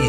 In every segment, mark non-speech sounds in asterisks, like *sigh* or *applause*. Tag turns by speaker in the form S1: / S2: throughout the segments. S1: 一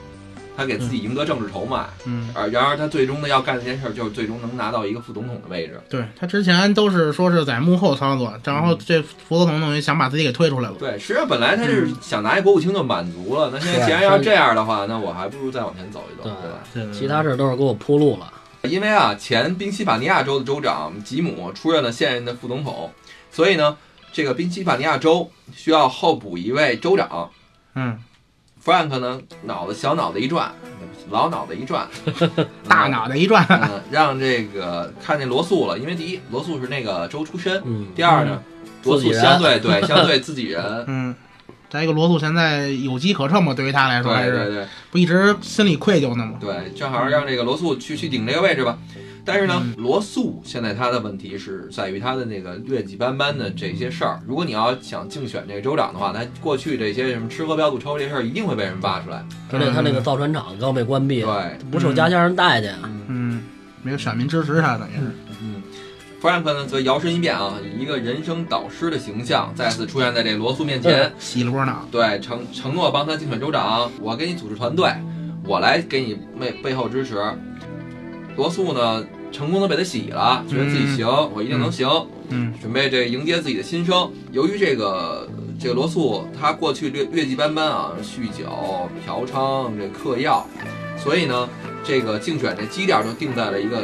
S1: 他给自己赢得政治筹码。
S2: 嗯，
S1: 而啊然而他最终呢要干这件事儿，就是最终能拿到一个副总统的位置。
S2: 对他之前都是说是在幕后操作，然
S3: 嗯
S2: 后这福泽总等于想把自己给推出来了，
S1: 对，实际上本来他
S2: 嗯
S1: 是想拿一国务卿就满足了，那现在既然要这样的话，那我还不如再往前走一走，
S3: 对
S1: 对吧？
S2: 对对对
S3: 其他事儿都是给我铺路了。
S1: 因为啊，前宾夕法尼亚州的州长吉姆出任了现任的副总统，所以呢，这个宾夕法尼亚州需要候补一位州长。
S2: 嗯，
S1: Frank 呢，脑子小脑袋一转，老脑袋一转，
S2: *laughs* 大脑袋一转，
S1: 嗯，让这个看见罗素了，因为第一，罗素是那个州出身；
S3: 嗯，
S1: 第二呢，罗
S3: 自己
S1: 素
S3: 人
S1: 相对对相对自己
S3: *laughs*
S1: 人，
S2: 嗯。再一个，罗素现在有机可乘嘛，对于他来
S1: 对
S2: 说还
S1: 对
S2: 是
S1: 对
S2: 不一直心里愧疚呢嘛。
S1: 对，正好让这个罗素去去顶这个位置吧。但是
S3: 嗯
S1: 呢，罗素现在他的问题是在于他的那个劣迹斑斑的这些事儿。如果你要想竞选这个州长的话，他过去这些什么吃喝嫖赌抽这事儿一定会被人扒出来。
S3: 而且他那个造船厂刚被关闭，
S1: 嗯对，嗯
S3: 不受家乡人待见啊。
S2: 嗯，没有选民支持他等于是。
S1: 嗯，Frank 呢则摇身一变啊，以一个人生导师的形象再次出现在这罗素面
S3: 嗯
S1: 前。
S2: 洗了波脑。
S1: 对，承承诺帮他竞选州长，我给你组织团队，我来给你背背后支持。罗素呢，成功的被他洗了，觉得自己行，我一定能行，
S2: 嗯
S1: 准备这迎接自己的新生。由于这个这个罗素他过去劣劣迹斑斑啊，酗酒、嫖娼、这嗑药，所以呢，这个竞选这基调就定在了一个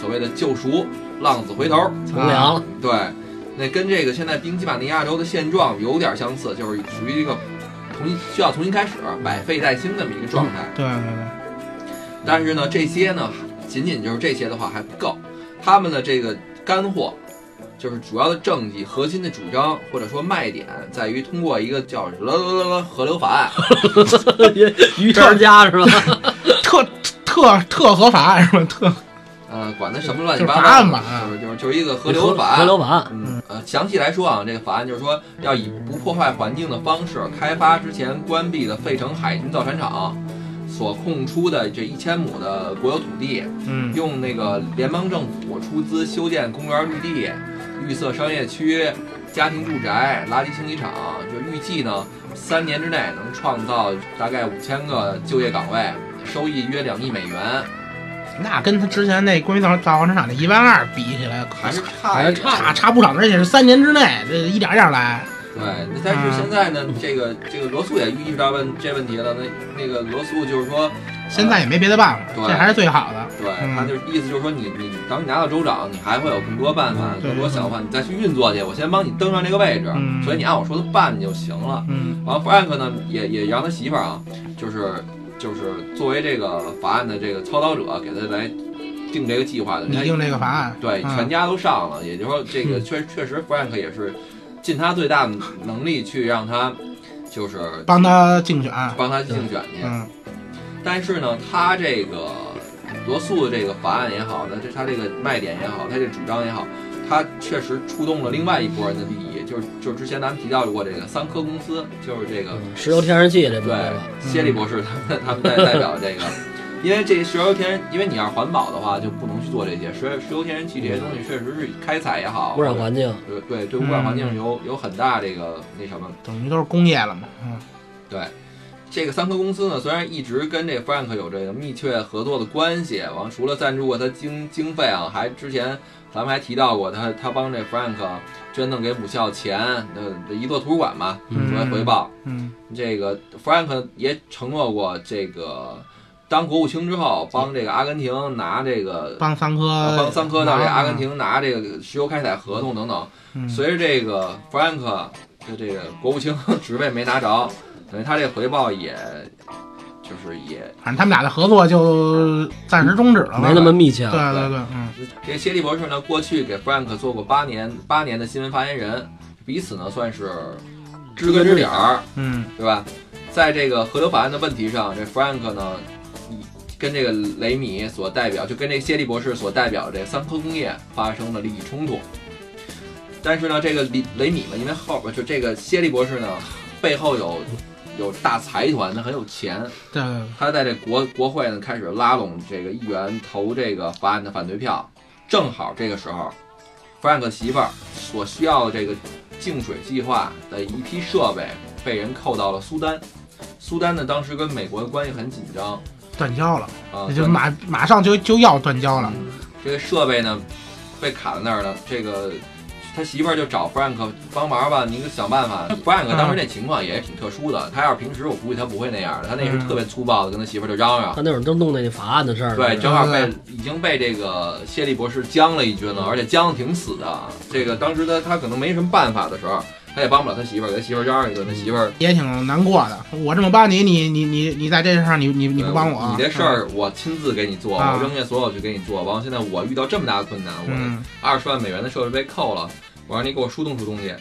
S1: 所谓的救赎浪子回头。
S3: 从良
S1: *laughs*
S3: 了，
S1: 对，那跟这个现在宾夕法尼亚州的现状有点相似，就是属于一个重新需要重新开始、百废待兴这么一个状态。
S2: 对对对，嗯
S1: 但是呢，这些呢，仅仅就是这些的话还不够，他们的这个干货，就是主要的政绩、核心的主张或者说卖点，在于通过一个叫 *laughs* “啦啦啦啦”河流法案，
S3: 于成家是吧？
S2: 特特特合法是吧？特
S1: 呃，管它什么乱七
S2: 就是
S1: 八
S2: 法案
S1: 糟
S2: 嘛
S1: 的，就是就是就是一个河
S3: 河
S1: 流法案。
S3: 河流版，
S1: 嗯，呃，详细来说啊，这个法案就是说要以不破坏环境的方式开发之前关闭的费城海军造船厂所空出的这一千亩的国有土地，
S2: 嗯
S1: 用那个联邦政府出资修建公园绿地、绿色商业区、家庭住宅、垃圾清理厂，就预计呢三年之内能创造大概五千个就业岗位，收益约两亿美元，
S2: 那跟他之前那关于造造房厂那一万二比起来，
S1: 还是差
S3: 还
S1: 一
S3: 是
S1: 点
S3: 差
S2: 差差不少，而且是三年之内，这一点儿一点儿来。
S1: 对，但是
S2: 啊
S1: 现在呢，这个这个罗素也意识到问这问题了。那那个罗素就是说，呃
S2: 现在也没别的办法，
S1: 对
S2: 这还是最好的。
S1: 对
S2: 嗯
S1: 他就是意思就是说你，你当你拿到州长，你还会有更多办法、
S2: 嗯对
S1: 更多想法，你再去运作去。我先帮你登上这个位置，
S2: 嗯
S1: 所以你按我说的办就行了。
S2: 嗯
S1: 然后 Frank 呢，也也让他媳妇儿啊，就是就是作为这个法案的这个操刀者，给他来定这个计划的人
S2: 拟。定这个法案，
S1: 对，
S2: 嗯
S1: 全家都上了，也就是说，这
S3: 嗯
S1: 个确确实 Frank 也是尽他最大的能力去让他，就是
S2: 帮他竞选。
S1: 帮他竞选去。
S2: 嗯
S1: 但是呢，他这个罗素的这个法案也好，那这他这个卖点也好，他这主张也好，他确实触动了另外一波人的利益，就是就是之前咱们提到过这个三科公司，就是这个
S3: 嗯石嗯油天然气这部
S1: 对
S3: 分吧，
S1: 谢利博士他们他们代代表这个。 *laughs* 因为这石油天然，因为你要是环保的话，就不能去做这些石油石油天然气这些东西，确实是开采也好，
S3: 污染环境，
S1: 对呃对对污染环境有有很大这个那什么，
S2: 等于都是工业了嘛。嗯
S1: 对，这个三科公司呢，虽然一直跟这个 Frank 有这个密切合作的关系，完除了赞助过他经经费啊，还之前咱们还提到过他，他帮这 Frank 啊捐赠给母校钱，呃，一座图书馆嘛，
S2: 嗯
S1: 作为回报。
S2: 嗯
S1: 这个 Frank 也承诺过，这个当国务卿之后，帮这个阿根廷拿这个。
S2: 帮三
S1: 啊
S2: 科，
S1: 帮桑科到这个阿根廷拿这个石油开采合同等等，
S2: 嗯，
S1: 随着这个 Frank 的这个国务卿 *laughs* 职位没拿着，等于他这回报也，就是也
S2: 反正他们俩的合作就暂时终止了吧。
S3: 没那么密切
S2: 对
S3: 了。
S2: 对对，嗯
S1: 这个谢利博士呢，过去给 Frank 做过八年八年的新闻发言人，彼此呢算是知根知底儿，
S2: 嗯
S1: 对吧？在这个河流法案的问题上，这 Frank 呢，跟这个雷米所代表，就跟这个谢利博士所代表的这三科工业发生了利益冲突。但是呢，这个雷雷米呢，因为后边就这个谢利博士呢，背后有有大财团，他很有钱，
S2: 对对对，
S1: 他在这国国会呢开始拉拢这个议员投这个法案的反对票，正好这个时候，Frank 媳妇儿所需要的这个净水计划的一批设备被人扣到了苏丹，苏丹呢当时跟美国的关系很紧张
S2: 断交了，
S1: 啊，
S2: 那就马马上就就要断交了。
S1: 嗯这个设备呢被卡在那儿了，这个。他媳妇儿就找 Frank 帮忙吧，你给想办法。Frank 当
S2: 嗯
S1: 时那情况也挺特殊的，他要是平时我估计他不会那样的，他那
S2: 嗯
S1: 时候特别粗暴的跟他媳妇儿就嚷嚷，
S3: 他那会儿正弄那法案的事儿呢，
S1: 对，
S3: 是吧
S1: 正好
S2: 对
S1: 被已经被这个谢利博士将了一军了，而且将的挺死的啊。这个当时他他可能没什么办法的时候，他也帮不了他媳妇儿，给他媳妇儿嚷一顿，他媳妇儿
S2: 也挺难过的，我这么帮你，你你你你在这事上你你你不帮我，
S1: 呃
S2: 嗯
S1: 你这事儿我亲自给你做，
S2: 啊
S1: 我扔下所有去给你做。完，现在我遇到这么大的困难，我
S2: 嗯，
S1: 二十万美元的设备被扣了，我让你给我疏通疏通去。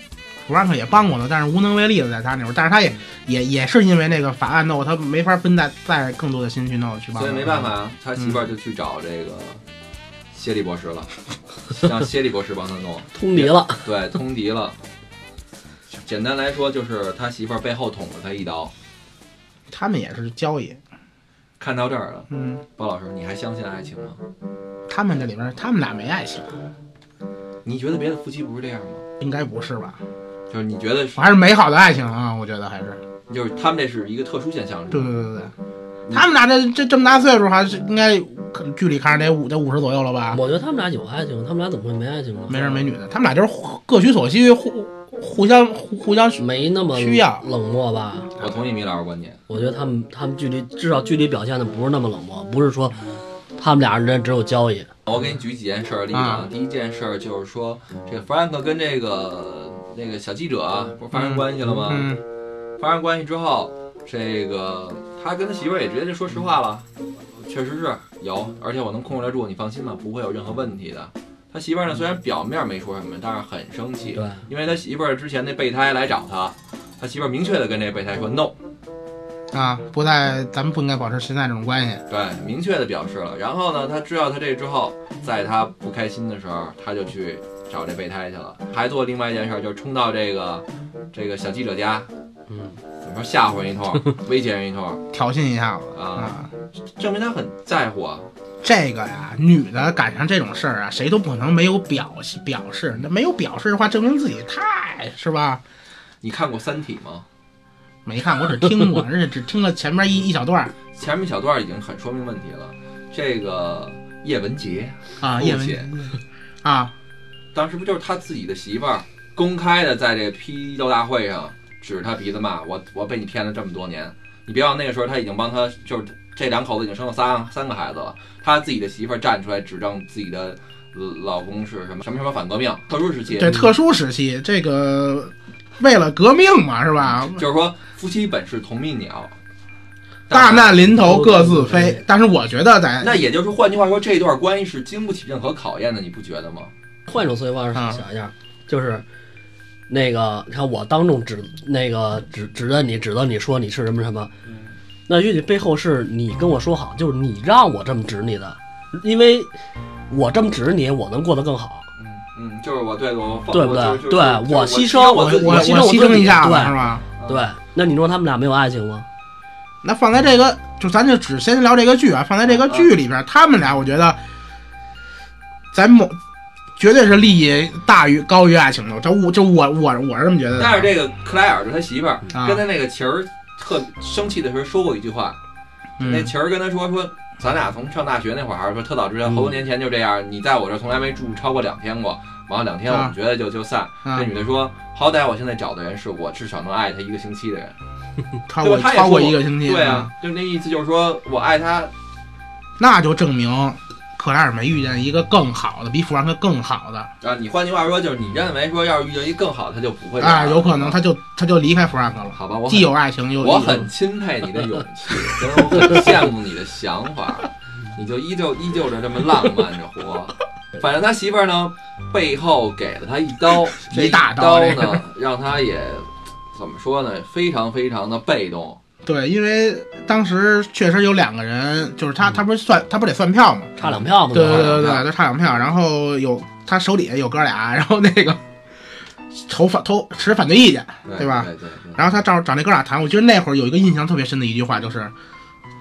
S2: 弗兰克也帮过他，但是无能为力的在他那会儿，但是他也也
S1: 嗯
S2: 也是因为那个法案斗，他没法分再再更多的心去弄去帮，
S1: 所以没办法，
S2: 嗯
S1: 啊，他媳妇儿就去找这个谢利博士
S2: *laughs*
S1: 了，让谢利博士帮他弄。
S3: 通敌了，
S1: 对，通敌了。简单来说，就是他媳妇儿背后捅了他一刀。
S2: 他们也是交易，
S1: 看到这儿了，
S2: 嗯，
S1: 包老师，你还相信爱情吗？
S2: 他们这里边他们俩没爱情，
S1: 你觉得别的夫妻不是这样吗？
S2: 应该不是吧？
S1: 就是你觉得是，
S2: 还是美好的爱情啊，我觉得还是，
S1: 就是他们这是一个特殊现象，是
S2: 对
S1: 吗嗯
S2: 对对对对，他们俩这这这么大岁数还是应该看剧里看着得五得五十左右了吧？
S3: 我觉得他们俩有爱情，他们俩怎么会没爱情呢？
S2: 没人没女的，他们俩就是互各取所需，互互相互互相
S3: 没那么
S2: 需要
S3: 冷漠吧？
S1: 我同意米老师观点，
S3: 我觉得他们他们距离至少距离表现的不是那么冷漠，不是说他们俩人只有交易。
S1: 我给你举几件事儿例子啊
S2: 啊。
S1: 第一件事儿就是说，这个 Frank 跟这个那个小记者啊不是发生关系了吗？
S2: 嗯，
S1: 发生关系之后，这个他跟他媳妇儿也直接就说实话了，确实是有，而且我能控制得住，你放心吧，不会有任何问题的。他媳妇儿呢，虽然表面没说什么，但是很生气，
S3: 对，
S1: 因为他媳妇儿之前那备胎来找他，他媳妇儿明确的跟这备胎说 no，
S2: 啊，不在，咱们不应该保持现在这种关系。
S1: 对，明确的表示了。然后呢，他知道他这之后，在他不开心的时候，他就去找这备胎去了，还做另外一件事儿，就是冲到这个这个小记者家，
S3: 嗯，
S1: 怎么说吓唬人一通，威胁人一通，
S2: 挑衅一下子
S1: 啊
S2: 啊！
S1: 证明他很在乎啊。
S2: 这个呀，女的赶上这种事儿啊，谁都不能没有表表示。那没有表示的话，证明自己太是吧？
S1: 你看过《三体》吗？
S2: 没看，我只听 *laughs* 过，而且只听了前面一一小段儿
S1: 前面小段已经很说明问题了。这个叶文洁
S2: 啊。
S1: 不
S2: 叶文
S1: 解
S2: 啊，
S1: 当时不就是他自己的媳妇儿公开的在这个批斗大会上指着他鼻子骂我，我被你骗了这么多年。你别忘那个时候他已经帮他就是这两口子已经生了三三个孩子了，他自己的媳妇儿站出来指证自己的呃老公是什么什么什么反革命特殊时期，
S2: 对，特殊时期这个为了革命嘛，是吧？
S1: 就是说夫妻本是同命鸟。
S2: 大难临头各自
S3: 各自
S2: 飞
S3: 飞。
S2: 但是我觉得在
S1: 那也就是换句话说，这段关系是经不起任何考验的，你不觉得吗？
S3: 换一种思维方式
S2: 啊
S3: 想一下，就是那个，你看我当众指那个指指认你，指责你说你是什么什么，
S1: 嗯
S3: 那也许背后是你跟我说好，就是你让我这么指你的，因为我这么指你，我能过得更好，
S1: 嗯，就是我对我放
S3: 对不对
S1: 我就就
S3: 对
S1: 就是
S3: 我
S1: 我
S3: 牺牲
S1: 我自己
S2: 我
S3: 我牺牲我
S2: 牺
S3: 自
S2: 牲
S3: 己
S2: 一下子
S3: 对
S2: 是吧？
S3: 对。那你说他们俩没有爱情吗？
S2: 那放在这个，就咱就只先聊这个剧啊，放在这个剧里边，他们俩我觉得，咱某绝对是利益大于高于爱情的，这我这我我我是这么觉得的。
S1: 但是这个克莱尔就他媳妇儿、
S2: 啊
S1: 跟他那个琪儿特生气的时候说过一句话，那
S2: 嗯
S1: 琪儿跟他说说，咱俩从上大学那会儿还是说特早之前，
S3: 嗯
S1: 好多年前就这样，你在我这儿从来没住超过两天过，完了两天我们
S2: 啊
S1: 觉得就就散。
S2: 啊
S1: 这，女的说，好歹我现在找的人是我至少能爱他一个星期的人。
S2: 超过
S1: 对吧他也
S2: 超过
S1: 说
S2: 一个星期，
S1: 对啊，，就那意思就是说我爱他，
S2: 那就证明克莱尔没遇见一个更好的，比弗兰克更好的
S1: 啊，你换句话说就是你认为说要是遇到一更好，他就不会这样
S2: 啊，有可能他就他就离开弗兰克了，
S1: 好吧，我很
S2: 既有爱情又
S1: 我很钦佩你的勇气，跟我很羡慕你的想法， *laughs* 你就依旧依旧着这么浪漫着
S2: *laughs*
S1: 活。反正他媳妇儿呢，背后给了他一
S2: *laughs*
S1: 刀，这
S2: 一大
S1: 刀
S2: 刀
S1: 呢，让他也怎么说呢，非常非常的被动。
S2: 对，因为当时确实有两个人，就是他
S3: 嗯
S2: 他不是算他不得算票吗？
S3: 差两票呢？
S2: 对
S3: 那会
S2: 对
S3: 儿
S2: 对对，就差两票。然后有他手底下有哥俩，然后那个投反投持反对意见，
S1: 对
S2: 对吧
S1: 对对对
S2: 然后他找找那哥俩谈。我觉得那会儿有一个印象特别深的一句话就是。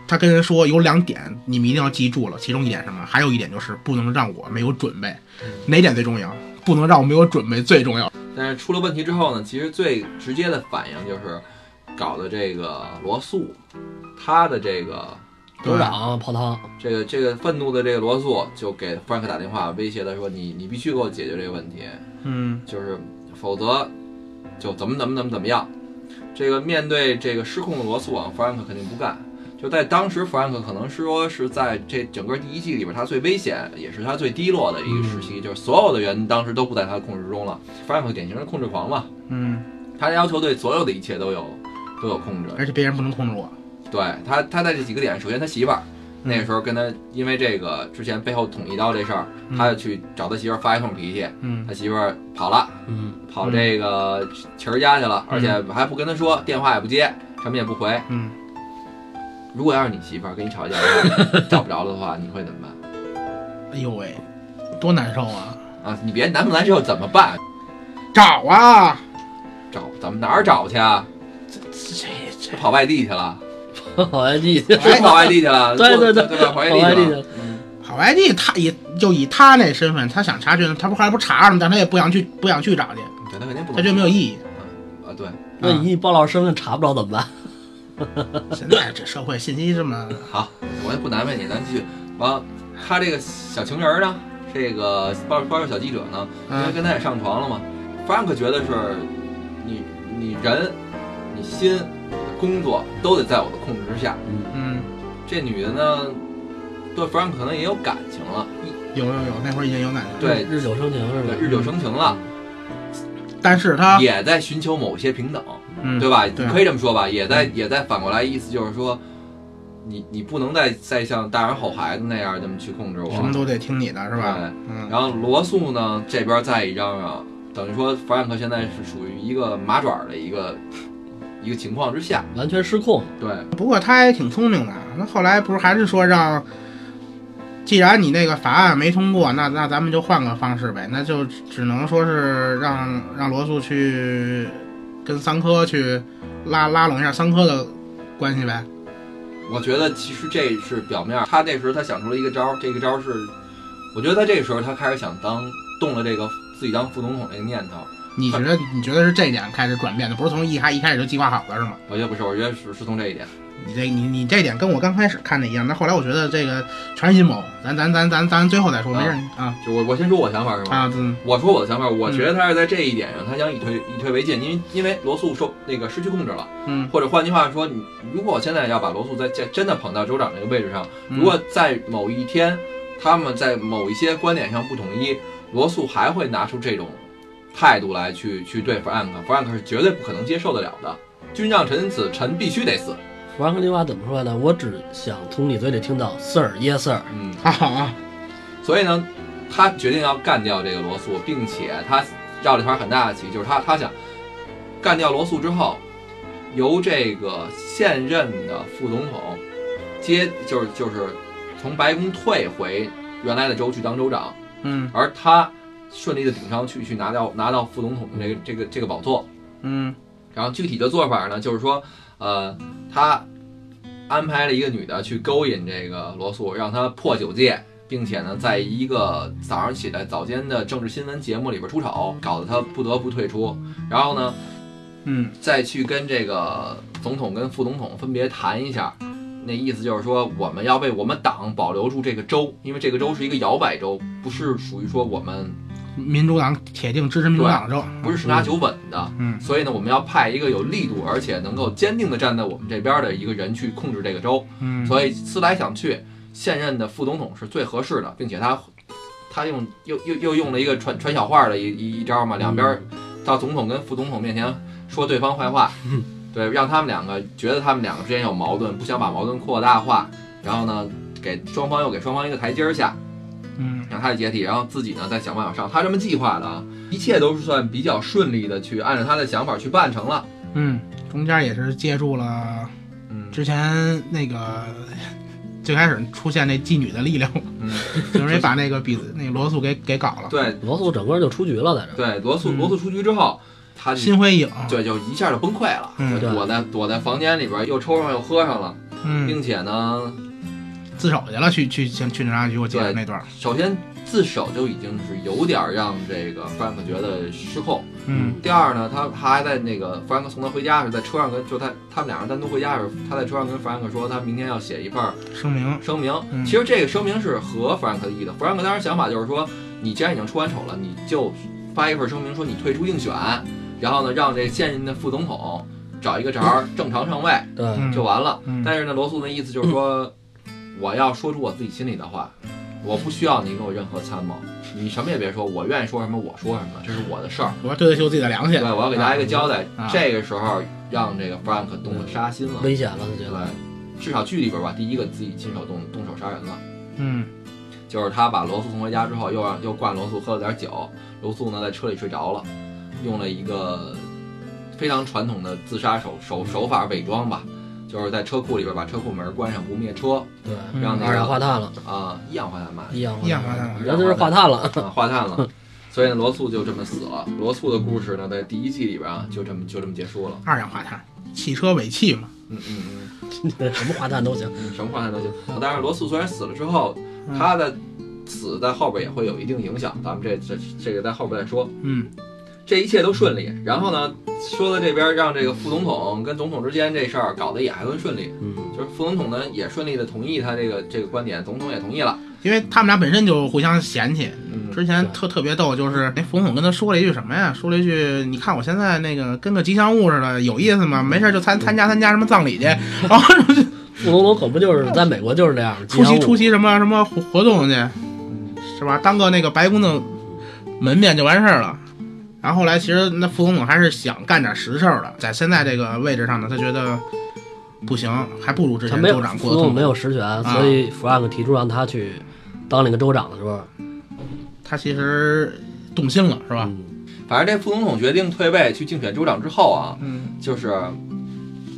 S2: 他跟人说有两点你们一定要记住了，其中一点是什么？还有一点就是不能让我没有准备，哪点最重要？不能让我没有准备最重要。
S1: 但是出了问题之后呢，其实最直接的反应就是搞的这个罗素，他的这个
S3: 州长泡汤，
S1: 这个这个愤怒的这个罗素就给弗兰克打电话，威胁他说你你必须给我解决这个问题。
S2: 嗯，
S1: 就是否则就怎么怎么怎么怎么样。这个面对这个失控的罗素啊，弗兰克肯定不干。就在当时，弗兰克可能是说是在这整个第一季里边，他最危险，也是他最低落的一个时期，就是所有的原因当时都不在他的控制中了。弗兰克典型的控制狂嘛，
S2: 嗯，
S1: 他要求对所有的一切都有都有控制。
S2: 而且别人不能控制我。
S1: 对他，他在这几个点，首先他媳妇儿那个时候跟他因为这个之前背后捅一刀这事儿，他就去找他媳妇儿发一通脾气，
S2: 嗯
S1: 他媳妇儿跑了。
S3: 嗯，
S1: 跑这个琪儿家去了，而且还不跟他说，电话也不接，什么也不回。
S2: 嗯，
S1: 如果要是你媳妇儿跟你吵架的话找不着的话，你会怎么办
S2: 哎呦喂，多难受啊！
S1: 啊？你别难不难受怎么办？
S2: 找啊，
S1: 找咱们哪儿找去啊？
S2: 这这
S1: 跑外地去了，
S3: *laughs* 好像你
S1: 是跑外地去了，
S3: *laughs* 对
S1: 对
S3: 对
S1: 对
S3: 对
S1: 吧？跑外
S3: 跑外
S1: 地
S3: 地
S1: 去
S3: 去
S1: 了
S3: 了。
S1: 嗯
S2: 好 ID 他以就以他那身份，他想查去，他不后来不查了吗？但他也不想去，不想去找去，
S1: 对，他肯定不能。
S2: 他觉得没有
S1: *laughs*
S2: 意义。
S1: 啊，对，
S3: 那你一暴露身份查不着怎么
S1: 嗯
S3: 办？
S2: 现在这社会信息这么
S1: *laughs* 好，我也不难为你，咱继续。完，他这个小情人儿呢，这个报报社小记者呢，因为
S2: 嗯
S1: 跟他也上床了嘛。Frank 觉得是你你人、你心、你的工作都得在我的控制之下。
S2: 嗯，
S1: 这女的呢，对 Frank 可能也有感情了，
S2: 有有有，那会儿已经有感情，
S1: 对
S3: 日久生情是吧
S1: 对？日久生情了，
S2: 但是他
S1: 也在寻求某些平等，
S2: 嗯
S1: 对吧？
S2: 对
S1: 你可以这么说吧，也在也在反过来，意思就是说，你你不能再再像大人吼孩子那样这么去控制我，
S2: 什么都得听你的是吧？
S1: 对
S2: 嗯，
S1: 然后罗素呢这边再一嚷嚷，等于说弗兰克现在是属于一个麻爪的一个一个情况之下，
S3: 嗯完全失控，
S1: 对，
S2: 不过他也挺聪明的，那后来不是还是说让，既然你那个法案没通过，那那咱们就换个方式呗，那就只能说是让让罗素去跟桑科去拉拉拢一下桑科的关系呗。
S1: 我觉得其实这是表面，他这时候他想出了一个招儿，这个招儿是，我觉得在这个时候他开始想当动了这个自己当副总统这个念头，
S2: 你觉得你觉得是这一点开始转变的，不是从一开一开始就计划好的是吗？
S1: 我觉得不是，我觉得是是从这一点，
S2: 你这你你这点跟我刚开始看的一样，但后来我觉得这个全是阴谋，咱咱咱咱咱最后再说，没事啊
S1: 就我我先说我想法是吧？
S2: 啊，嗯
S1: 我说我的想法，我觉得他是在这一点上，他想以退以退为进，因为因为罗素受那个失去控制了，
S2: 嗯，
S1: 或者换句话说，你如果我现在要把罗素在在真的捧到州长这个位置上，
S2: 嗯
S1: 如果在某一天他们在某一些观点上不统一，罗素还会拿出这种态度来去去对 Frank，Frank 是绝对不可能接受得了的。君让臣死，臣必须得死。
S3: 弗兰克那句话怎么说来的？我只想从你嘴里听到 “sir yes sir”。
S1: 嗯，
S2: 好好啊，
S1: 所以呢，他决定要干掉这个罗素，并且他绕了一盘很大的棋，就是他他想干掉罗素之后，由这个现任的副总统接，就是就是从白宫退回原来的州去当州长，
S2: 嗯
S1: 而他顺利的顶上去去拿到拿到副总统的这个这个这个宝座。
S2: 嗯
S1: 然后具体的做法呢，就是说，呃，他安排了一个女的去勾引这个罗素，让他破九戒，并且呢，在一个早上起来早间的政治新闻节目里边出丑，搞得他不得不退出。然后呢，
S2: 嗯
S1: 再去跟这个总统跟副总统分别谈一下。那意思就是说，我们要为我们党保留住这个州，因为这个州是一个摇摆州，不是属于说我们
S2: 民主党铁定支持民主党州，
S1: 不是十拿九稳的。
S2: 嗯
S1: 所以呢，我们要派一个有力度，而且能够坚定的站在我们这边的一个人去控制这个州。
S2: 嗯，
S1: 所以思来想去，现任的副总统是最合适的，并且他他用又又又用了一个传传小话的一一一招嘛，两边
S2: 嗯
S1: 到总统跟副总统面前说对方坏话，
S2: 嗯
S1: 对，让他们两个觉得他们两个之间有矛盾，不想把矛盾扩大化，然后呢，给双方又给双方一个台阶儿下，
S2: 嗯
S1: 让他的解体，然后自己呢再想办法上。他这么计划的啊，一切都是算比较顺利的，去按照他的想法去办成了。
S2: 嗯，中间也是借助了
S1: 嗯，
S2: 之前那个最开始出现那妓女的力量，
S1: 嗯
S2: 就是因为把那个比那个罗素给给搞了，
S1: 对
S3: 罗素整个人就出局了，在这儿。
S1: 对，罗素
S2: 嗯
S1: 罗素出局之后，他就
S2: 心灰意冷，
S1: 对就一下就崩溃了，
S2: 嗯
S1: 就躲在躲在房间里边又抽上又喝上了，并
S2: 嗯，
S1: 且呢，
S2: 自首去了，去去去去警察局，我记得
S1: 对
S2: 那段儿，
S1: 首先自首就已经是有点让这个弗兰克觉得失控。
S2: 嗯
S1: 第二呢，他他还在那个弗兰克送他回家时，在车上跟就他他们俩人单独回家时，他在车上跟弗兰克说，他明天要写一份儿
S2: 声明，
S1: 声明。
S2: 嗯
S1: 其实这个声明是合弗兰克的意的。弗兰克当时想法就是说，你既然已经出完丑了，你就发一份声明说你退出竞选，然后呢，让这现任的副总统找一个茬儿正常上位
S3: 对，
S2: 嗯
S1: 就完了。
S2: 嗯
S1: 但是呢，罗素的意思就是说，我要说出我自己心里的话，我不需要你给我任何参谋，你什么也别说，我愿意说什么我说什么，这是我的事儿。
S2: 我要对得起我自己的良心
S1: 对，，我要给大家一个交代
S2: 啊。
S1: 这个时候让这个弗兰克动了杀心了，
S3: 危险了，他
S1: 对
S3: 觉得。，
S1: 至少剧里边吧，第一个自己亲手动动手杀人了。
S2: 嗯
S1: 就是他把罗素送回家之后，又让又灌罗素喝了点酒，罗素呢在车里睡着了，用了一个非常传统的自杀手手手法伪装吧，就是在车库里边把车库门关上不灭车
S3: 对，
S2: 嗯
S1: 让那
S3: 二氧
S1: 个
S3: 化碳了，
S1: 啊、一氧化碳嘛，
S3: 一氧
S2: 一氧化碳
S3: 人就是化碳了。 *laughs*
S1: 啊化碳了，所以呢罗素就这么死了。罗素的故事呢在第一季里边啊就这么就这么结束了。
S2: 二氧化碳，汽车尾气嘛，
S1: 嗯嗯嗯。
S3: 什么化碳都行。
S1: 嗯什么状态都行。但是罗素虽然死了之后，他的死在后边也会有一定影响，咱们这这这个在后边再说。
S2: 嗯
S1: 这一切都顺利，然后呢，说到这边让这个副总统跟总统之间这事儿搞得也还算顺利，
S3: 嗯，
S1: 就是副总统呢也顺利的同意他这个这个观点，总统也同意了，
S2: 因为他们俩本身就互相嫌弃。
S1: 嗯，
S2: 之前
S3: 对
S2: 特特别逗，就是那冯巩跟他说了一句什么呀？说了一句：“你看我现在那个跟个吉祥物似的，有意思吗？没事儿就
S1: 嗯
S2: 参参加参加什么
S1: *laughs*
S2: 葬礼去，然后
S3: 富农龙可不就是在美国就是这样，
S2: 出
S3: 吉祥
S2: 席
S3: 物
S2: 出席什么什么活活动去，是吧？当个那个白宫的门面就完事儿了。然后后来，其实那副总统还是想干点实事儿的，在现在这个位置上呢，他觉得不行，还不如之
S3: 他
S2: 前
S3: 没有
S2: 州长
S3: 富
S2: 过得
S3: 农
S2: 痛苦啊
S3: 没有实权，所以弗兰克提出让他去当那个州长的时候，
S2: 他其实动心了，是吧？
S3: 嗯，
S1: 反正这副总统决定退位去竞选州长之后啊，
S2: 嗯，
S1: 就是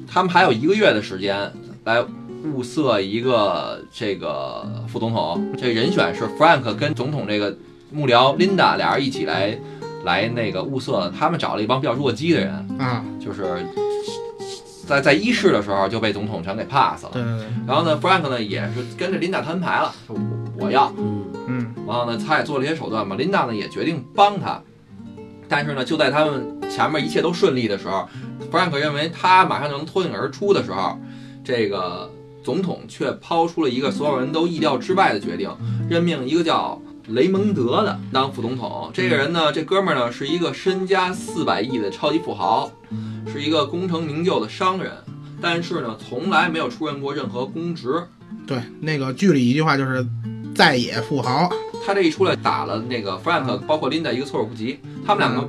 S1: 他们还有一个月的时间来物色一个这个副总统。这人选是 Frank 跟总统这个幕僚 Linda 俩人一起来来那个物色的。他们找了一帮比较弱鸡的人，
S2: 啊，
S1: 就是在在一试的时候就被总统全给 pass 了。
S2: 对对对，
S1: 然后呢，Frank 呢也是跟着 Linda 摊牌了，说我我要。
S3: 嗯
S2: 嗯
S1: 然后呢，他也做了一些手段嘛。琳达呢也决定帮他，但是呢，就在他们前面一切都顺利的时候，弗兰克认为他马上就能脱颖而出的时候，这个总统却抛出了一个所有人都意料之外的决定，任命一个叫雷蒙德的当副总统。这个人呢，这哥们儿呢是一个身家四百亿的超级富豪，是一个功成名就的商人，但是呢，从来没有出任过任何公职。
S2: 对，那个剧里一句话就是“在野富豪
S1: 他这一出来打了那个
S2: 嗯
S1: Frank，包括 Linda 一个措手不及，他们两个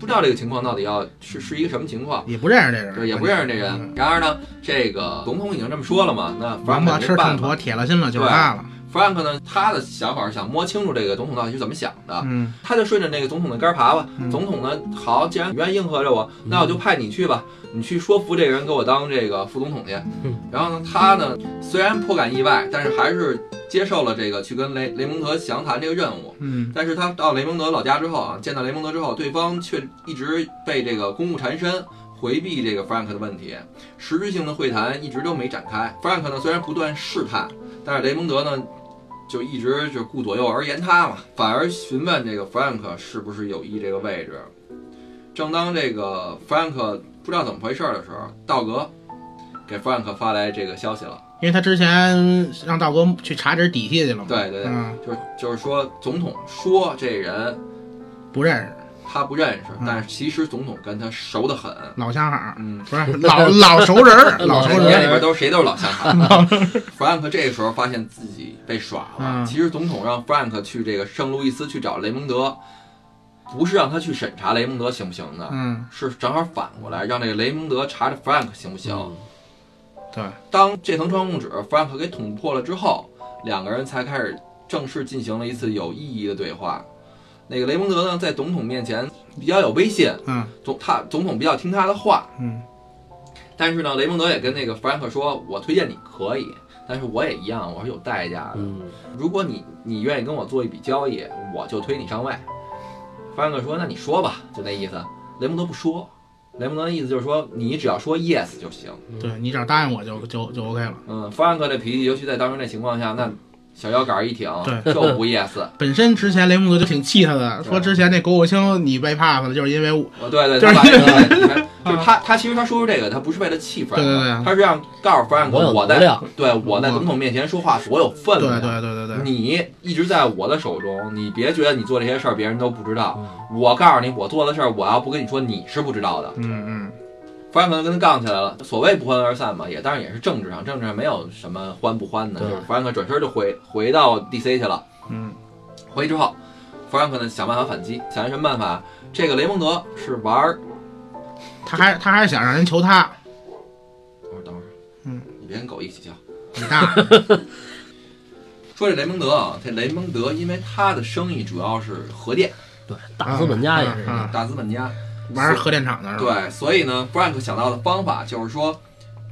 S1: 不知道这个情况到底要是是一个什么情”，况，
S2: 也不认识这人，
S1: 对，也不认识这人
S2: 嗯。。
S1: 然而呢，这个总统已经这么说了嘛，那
S2: 王
S1: Frank
S2: 八
S1: 也
S2: 吃
S1: 没
S2: 秤
S1: 办法。
S2: 砣，铁了心了，就是他了。
S1: Frank 呢，他的想法是想摸清楚这个总统到底是怎么想的，
S2: 嗯，
S1: 他就顺着那个总统的杆儿爬吧。
S2: 嗯
S1: 总统呢，好，既然你愿意应和着我，那我就派你去吧，你去说服这个人给我当这个副总统去
S3: 嗯。
S1: 然后呢，他呢虽然颇感意外，但是还是接受了这个去跟雷雷蒙德详谈这个任务。
S2: 嗯
S1: 但是他到雷蒙德老家之后啊，见到雷蒙德之后，对方却一直被这个公务缠身，回避这个 Frank 的问题，实质性的会谈一直都没展开。Frank 呢虽然不断试探，但是雷蒙德呢就一直就顾左右而言他嘛，反而询问这个 Frank 是不是有意这个位置。正当这个 Frank 不知道怎么回事儿的时候，道格给 Frank 发来这个消息了，
S2: 因为他之前让道哥去查点底细去了嘛。
S1: 对对对
S2: 嗯，
S1: 就是就是说总统说这人
S2: 不认识，
S1: 他不认识
S2: 嗯，
S1: 但是其实总统跟他熟得很。
S2: 老相好，
S1: 嗯， *laughs*
S2: 不是老老熟人儿，老熟
S1: 眼
S2: 人
S1: 里
S2: 儿。
S1: 边都是谁都是老
S2: *laughs*
S1: 乡好。Frank 这个时候发现自己被耍了。
S2: 嗯
S1: 其实总统让 Frank 去这个圣路易斯去找雷蒙德，不是让他去审查雷蒙德行不行的，
S2: 嗯，
S1: 是正好反过来让这个雷蒙德查查 Frank 行不行。
S2: 嗯对，
S1: 当这层窗户纸 Frank 给捅破了之后，两个人才开始正式进行了一次有意义的对话。那个雷蒙德呢，在总统面前比较有威信，
S2: 嗯
S1: 总他总统比较听他的话，
S2: 嗯，
S1: 但是呢，雷蒙德也跟那个弗兰克说，我推荐你可以，但是我也一样，我是有代价的。
S3: 嗯
S1: 如果你你愿意跟我做一笔交易，我就推你上位。弗兰克说，那你说吧，就那意思。雷蒙德不说，雷蒙德的意思就是说，你只要说 yes 就行。
S2: 对你只要答应我就就就 OK 了。
S1: 嗯，弗兰克这脾气，尤其在当时那情况下，那小腰杆一挺
S2: 对
S1: 就不 yes。
S2: 本身之前雷蒙德就挺气他的，
S1: 对
S2: 说之前那狗火星你被 pass 了，就是因为我
S1: 哦，对对，
S2: *laughs* 就是
S1: 他把
S2: 因
S1: 这
S2: 为
S1: 个对就是他，他其实他说出这个，他不是为了气弗兰
S2: 对对对
S1: 克
S2: 啊，
S1: 他是让告诉弗兰克
S3: 我有，
S1: 我
S3: 能
S1: 在
S3: 量
S1: 对我在总统面前说话，我有分
S2: 对
S1: 量。
S2: 对对对对
S1: 你一直在我的手中，你别觉得你做这些事儿别人都不知道。
S3: 嗯
S1: 我告诉你，我做的事儿，我要不跟你说，你是不知道的。
S2: 嗯
S1: 弗兰克跟他杠起来了，所谓不欢而散嘛，也当然也是政治上，政治上没有什么欢不欢的。就
S3: 对
S1: 是弗兰克转身就回回到 DC 去了。
S2: 嗯嗯，
S1: 回去之后，弗兰克呢想办法反击，想一什么办法？这个雷蒙德是玩儿，
S2: 他还他还是想让人求他，
S1: 等会儿等会儿，
S2: 嗯，
S1: 你别跟狗一起叫。
S2: 你大爷
S1: 说这雷蒙德啊，这雷蒙德因为他的生意主要是核电，
S3: 对，大资本家也是，
S2: 嗯
S1: 大资本家，
S2: 玩核电厂的是吧？
S1: 对，所以呢，Frank 想到的方法就是说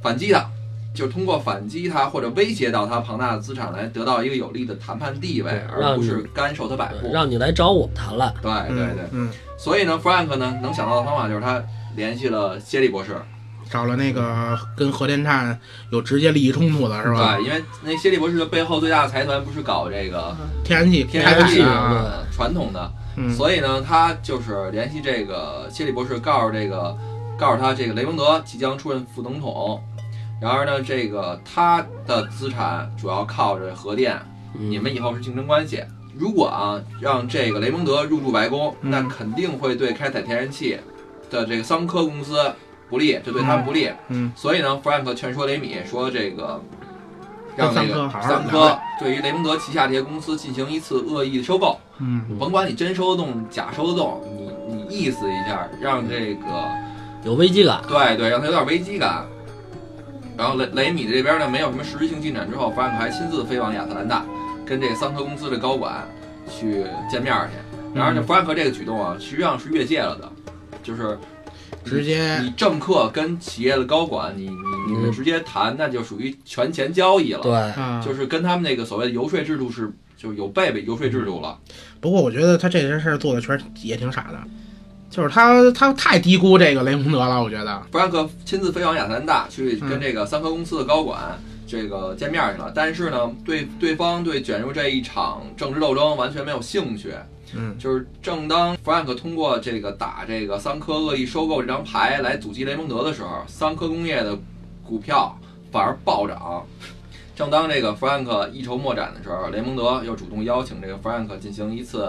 S1: 反击他，就是通过反击他或者威胁到他庞大的资产来得到一个有利的谈判地位
S3: 对，
S1: 而
S3: 让
S1: 不
S3: 你
S1: 是干受他摆布
S3: 对。让你来找我们谈了，
S1: 对对
S2: 嗯
S1: 对，
S2: 嗯，
S1: 所以呢，Frank 呢能想到的方法就是他联系了谢利博士，
S2: 嗯找了那个跟核电站有直接利益冲突的是吧？
S1: 对，因为那谢利博士的背后最大的财团不是搞这个
S2: 天然气
S1: 天
S2: 开
S1: 然
S2: 采
S1: 气
S2: 啊，
S1: 的传统的，
S2: 嗯，
S1: 所以呢，他就是联系这个谢利博士，告诉这个，告诉他这个雷蒙德即将出任副总统。然而呢，这个他的资产主要靠着核电
S3: 嗯
S2: 嗯
S1: 你们以后是竞争关系。如果啊让这个雷蒙德入驻白宫，
S2: 嗯
S1: 那肯定会对开采天然气的这个桑科公司不利，这对他们不利。
S2: 嗯，
S1: 所以呢，弗兰克劝说雷米说这个。让这
S2: 跟
S1: 个
S2: 桑科好好
S1: 桑
S2: 聊
S1: 科
S2: 聊
S1: 对于雷蒙德旗下这些公司进行一次恶意的收购，
S2: 嗯
S1: 甭管你真收得动假收得动，你你意思一下，让这个
S3: 有危机感。
S1: 对对，让他有点危机感。然后雷雷米这边呢，没有什么实质性进展之后，弗兰克还亲自飞往亚特兰大，跟这桑科公司的高管去见面去。然而，这
S3: 嗯
S1: 弗兰克这个举动啊，实际上是越界了的，就是
S2: 直接
S1: 你政客跟企业的高管，你你你们
S3: 哎嗯
S1: 直接谈，那就属于权钱交易了，
S3: 对，
S2: 啊，
S1: 嗯就是跟他们那个所谓的游说制度是就有背背游说制度了。
S2: 不过我觉得他这件事儿做的确实也挺傻的，就是他他太低估这个雷蒙德了，我觉得。
S1: 弗兰克亲自飞往亚特兰大去
S2: 嗯
S1: 跟这个三科公司的高管这个见面去了，但是呢，对对方对卷入这一场政治斗争完全没有兴趣。
S2: 嗯
S1: 就是正当弗兰克通过这个打这个桑科恶意收购这张牌来阻击雷蒙德的时候，桑科工业的股票反而暴涨。正当这个弗兰克一筹莫展的时候，雷蒙德又主动邀请这个弗兰克进行一次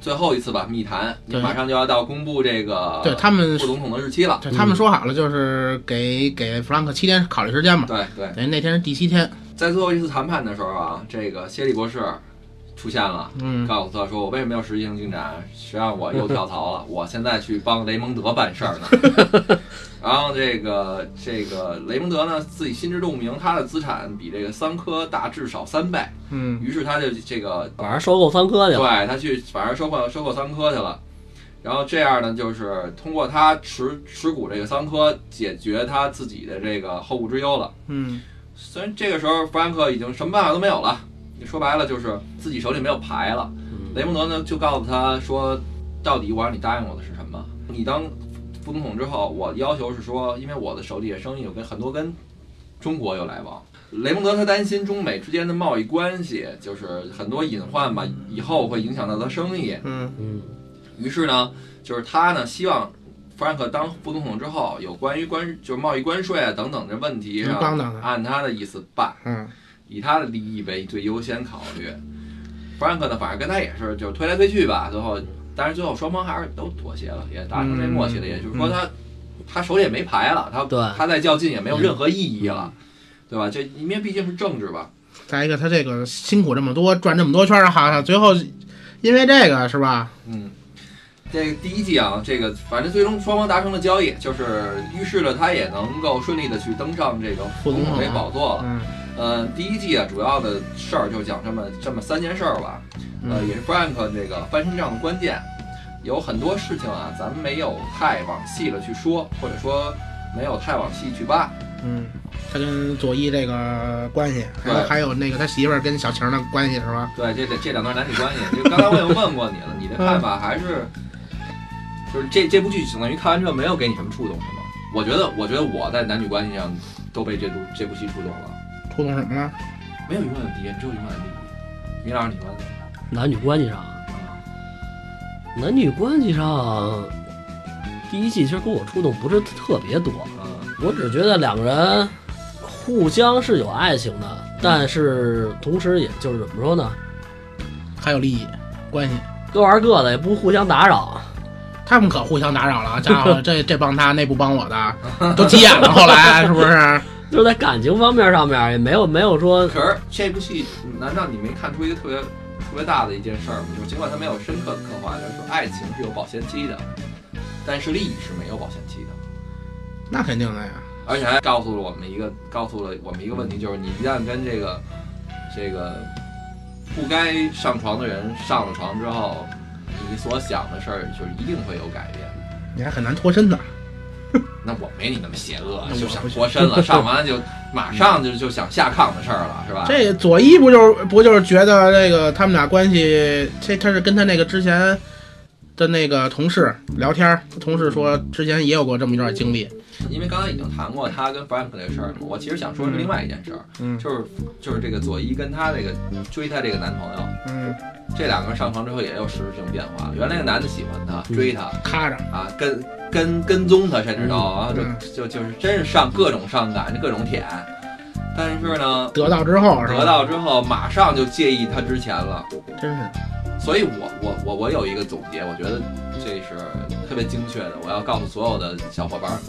S1: 最后一次吧密谈，你
S2: 对
S1: 马上就要到公布这个
S2: 对他们
S1: 副总统的日期了。
S2: 对他们说好了，就是给给弗兰克七天考虑时间嘛，
S1: 对对，
S2: 等于那天是第七天。
S1: 在最后一次谈判的时候啊，这个谢利博士出现了，
S2: 嗯，
S1: 告诉他说：“我为什么要实际性进展？谁让我又跳槽
S2: *laughs*
S1: 了？我现在去帮雷蒙德办事儿呢。”然后这个这个雷蒙德呢，自己心知肚明，他的资产比这个桑科大至少三倍，
S2: 嗯，
S1: 于是他就这个
S3: 反正收购三科去了。
S1: 对他去反而收购收购桑科去了。然后这样呢，就是通过他持持股这个桑科，解决他自己的这个后顾之忧了。
S2: 嗯，
S1: 虽然这个时候弗兰克已经什么办法都没有了，说白了就是自己手里没有牌了。雷蒙德呢就告诉他说，到底我让你答应我的是什么？你当副总统之后，我要求是说，因为我的手底下生意有跟很多跟中国有来往。雷蒙德他担心中美之间的贸易关系就是很多隐患吧，以后会影响到他生意。
S2: 嗯，
S3: 嗯，
S1: 于是呢，就是他呢希望弗兰克当副总统之后，有关于关就是贸易关税啊等等的问题上
S2: 能，帮到他。
S1: 按他的意思办，
S2: 嗯，
S1: 以他的利益为最优先考虑。弗兰克呢，反正跟他也是就是推来推去吧，最后，但是最后双方还是都妥协了，也达成这默契了。
S2: 嗯
S1: 也就是说他，他手里也没牌了，他
S3: 对
S1: 他再较劲也没
S2: 嗯
S1: 有任何意义了，对吧？这因为毕竟是政治吧，
S2: 再一个，他这个辛苦这么多，转这么多圈儿，哈，最后因为这个是吧？
S1: 嗯。这个第一季啊，这个反正最终双方达成了交易，就是预示了他也能够顺利的去登上这个副总统这宝座了。
S2: 嗯
S1: 呃，第一季啊，主要的事儿就讲这么这么三件事儿吧，
S2: 嗯
S1: 呃，也是 Frank 这个翻身仗的关键。有很多事情啊，咱们没有太往细了去说，或者说没有太往细去扒。
S2: 嗯，他跟佐伊这个关系，还
S1: 对
S2: 有还有那个他媳妇儿跟小晴儿的关系是吧？
S1: 对，这这这两段男女关系，就刚才我也问过你了，你的看法还是，就是这这部剧相当于看完之后没有给你什么触动，是吗？我觉得，我觉得我在男女关系上都被这部这部戏触动了，
S2: 触动什么了？
S1: 没有永远的敌人，只有永远的利益。嗯米老师，你说呢？
S3: 男女关系上，男女关系上，第一季其实给我触动不是特别多，
S1: 嗯
S3: 我只觉得两个人互相是有爱情的，但是同时也就是怎么说呢，
S2: 还有利益关系，
S3: 各玩各的，也不互相打扰。
S2: 他们可互相打扰了，
S1: *laughs*
S2: 家伙，这这帮他，那不帮我的，都急眼了。
S1: *laughs*
S2: 后来是不是？
S3: 就是在感情方面上面也没有没有说
S1: 可是这部戏，难道你没看出一个特别特别大的一件事儿吗？就是尽管它没有深刻的刻画，就是说爱情是有保鲜期的，但是利益是没有保鲜期的。
S2: 那肯定的呀。
S1: 而且还告诉了我们一个，告诉了我们一个问题，就是你一旦跟这个这个不该上床的人上了床之后，你所想的事儿就是一定会有改变。
S2: 你还很难脱身呢。
S1: 那我没你那么邪恶
S2: 那，我
S1: 就想
S2: 不是
S1: 脱身了，上完了就马上就就想下炕的事儿了，是吧？
S2: 这佐伊不就是不就是觉得这个他们俩关系，这他是跟他那个之前的那个同事聊天儿，同事说之前也有过这么一段经历。
S1: 因为刚才已经谈过他跟 Frank 这个事儿了，我其实想说是另外一件事儿，
S2: 嗯
S1: 就是就是这个佐伊跟他这个追她这个男朋友，
S2: 嗯，
S1: 这两个人上床之后也有实质性变化了。原来那个男的喜欢她，
S2: 嗯
S1: 追她
S2: 咔着，
S1: 啊，跟跟跟踪她，甚至都啊，
S2: 嗯
S1: 就就就是真是上各种上赶，各种舔。但是呢，
S2: 得到之后是吧？
S1: 得到之后马上就介意他之前了。
S2: 真是
S1: 所以我我我我有一个总结，我觉得这是特别精确的，我要告诉所有的小伙伴们，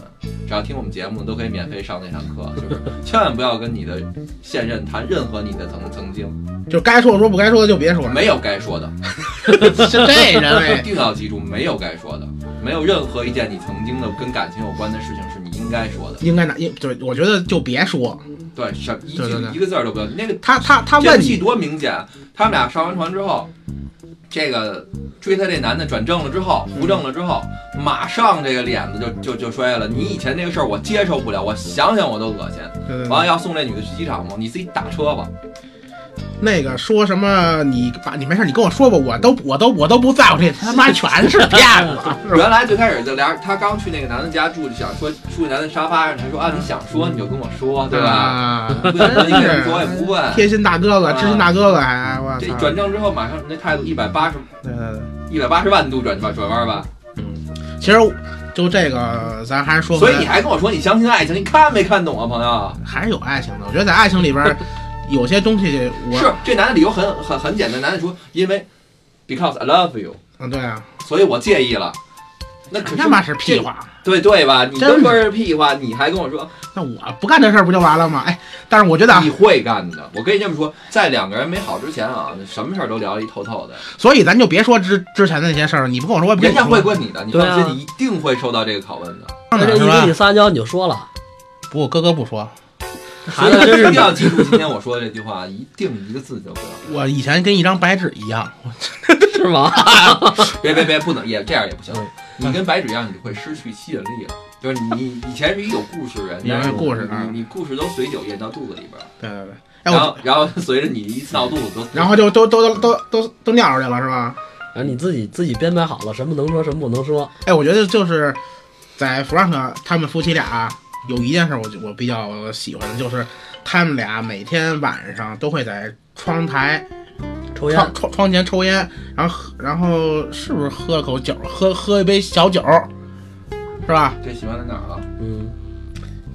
S1: 只要听我们节目都可以免费上那堂课，就是千万不要跟你的现任谈任何你的曾曾经，
S2: 就该说说，不该说的就别说。
S1: 没有该说的，
S2: 是这人
S1: 一
S2: 哎，
S1: 定要记住，没有该说的，没有任何一件你曾经的跟感情有关的事情是你应该说的。
S2: 应该拿应对，我觉得就别说。
S1: 对，什一
S2: 对对
S1: 句
S2: 对
S1: 一个字儿都不要。那个
S2: 他他他
S1: 间
S2: 问
S1: 隙
S2: 你，
S1: 多明显，啊他们俩上完船之后，这个追她这男的转正了之后，扶正了之后，马上这个脸子就就就摔了。你以前那个事儿我接受不了，我想想我都恶心。
S2: 对对
S1: 完了
S2: 对，
S1: 要送这女的去机场吗？你自己打车吧。
S2: 那个说什么你把你没事你跟我说吧，我都我都我都不在乎这他妈全是骗子，
S3: 哎
S2: 是吧？
S1: 原来最开始就俩人，他刚去那个男的家住，就想说住男的沙发上，他说啊你想说你就跟我说，对吧？
S2: 啊，
S1: 不想说你跟我说也不问。
S2: 贴心大哥哥，知心大哥哥，还我
S1: 这
S2: 操！
S1: 转正之后马上那态度一百八十
S2: 对对对，
S1: 一百八十万度转转转弯吧。
S2: 其实就这个，咱还是说回
S1: 所
S2: 来，
S1: 以你啊还跟我说你相信爱情，你看没看懂啊，朋友？
S2: 还是有爱情的。我觉得在爱情里边儿，有些东西我
S1: 是这男的理由很很很简单，男的说因为 because I love you，
S2: 嗯，对啊，
S1: 所以我介意了。那可是
S2: 他妈是屁，话。
S1: 这对对吧？你
S2: 真
S1: 都
S2: 是
S1: 说是屁话，你还跟我说
S2: 那我不干这事儿不就完了吗？哎，但是我觉得啊
S1: 你，会干的。我跟你这么说，在两个人没好之前啊，什么事儿都聊一透透的，
S2: 所以咱就别说之之前的那些事儿了，你不跟我说，我也不跟
S1: 人
S2: 你
S1: 家会
S2: 说。
S1: 问你的，你
S3: 对啊
S1: 放心，你一定会受到这个拷问的。
S3: 那这
S2: 是
S3: 一
S2: 吧
S3: 跟你？撒娇你就说了，
S2: 不过哥哥不说，
S1: 所
S3: 孩
S1: 以
S3: 子真
S1: 一定
S3: 是
S1: 要记住今天我说的这句话，一定一个字都不要。
S2: 我以前跟一张白纸一样。
S3: 是吗？ *laughs*
S1: 别别别，不能也这样也不行
S2: 嗯。
S1: 你跟白纸一样，你会失去吸引力了。就是你以前是一有故事的人，
S2: 你是
S1: 但是
S2: 故事啊
S1: 你你故事都随酒咽到肚子里边儿，
S2: 对对对，哎
S1: 然
S2: 我，
S1: 后然后随着你一闹肚子都，
S2: *laughs* 然后就都都都都都尿出去了是吧？
S3: 然后你自己自己编排好了，什么能说，什么不能说。
S2: 哎，我觉得就是在弗兰克他们夫妻俩啊有一件事我就我比较喜欢的就是他们俩每天晚上都会在窗台
S3: 抽烟，
S2: 窗窗窗前抽烟，然后喝然后是不是喝口酒，喝喝一杯小酒，是吧？
S1: 这喜欢在哪儿啊？
S3: 嗯，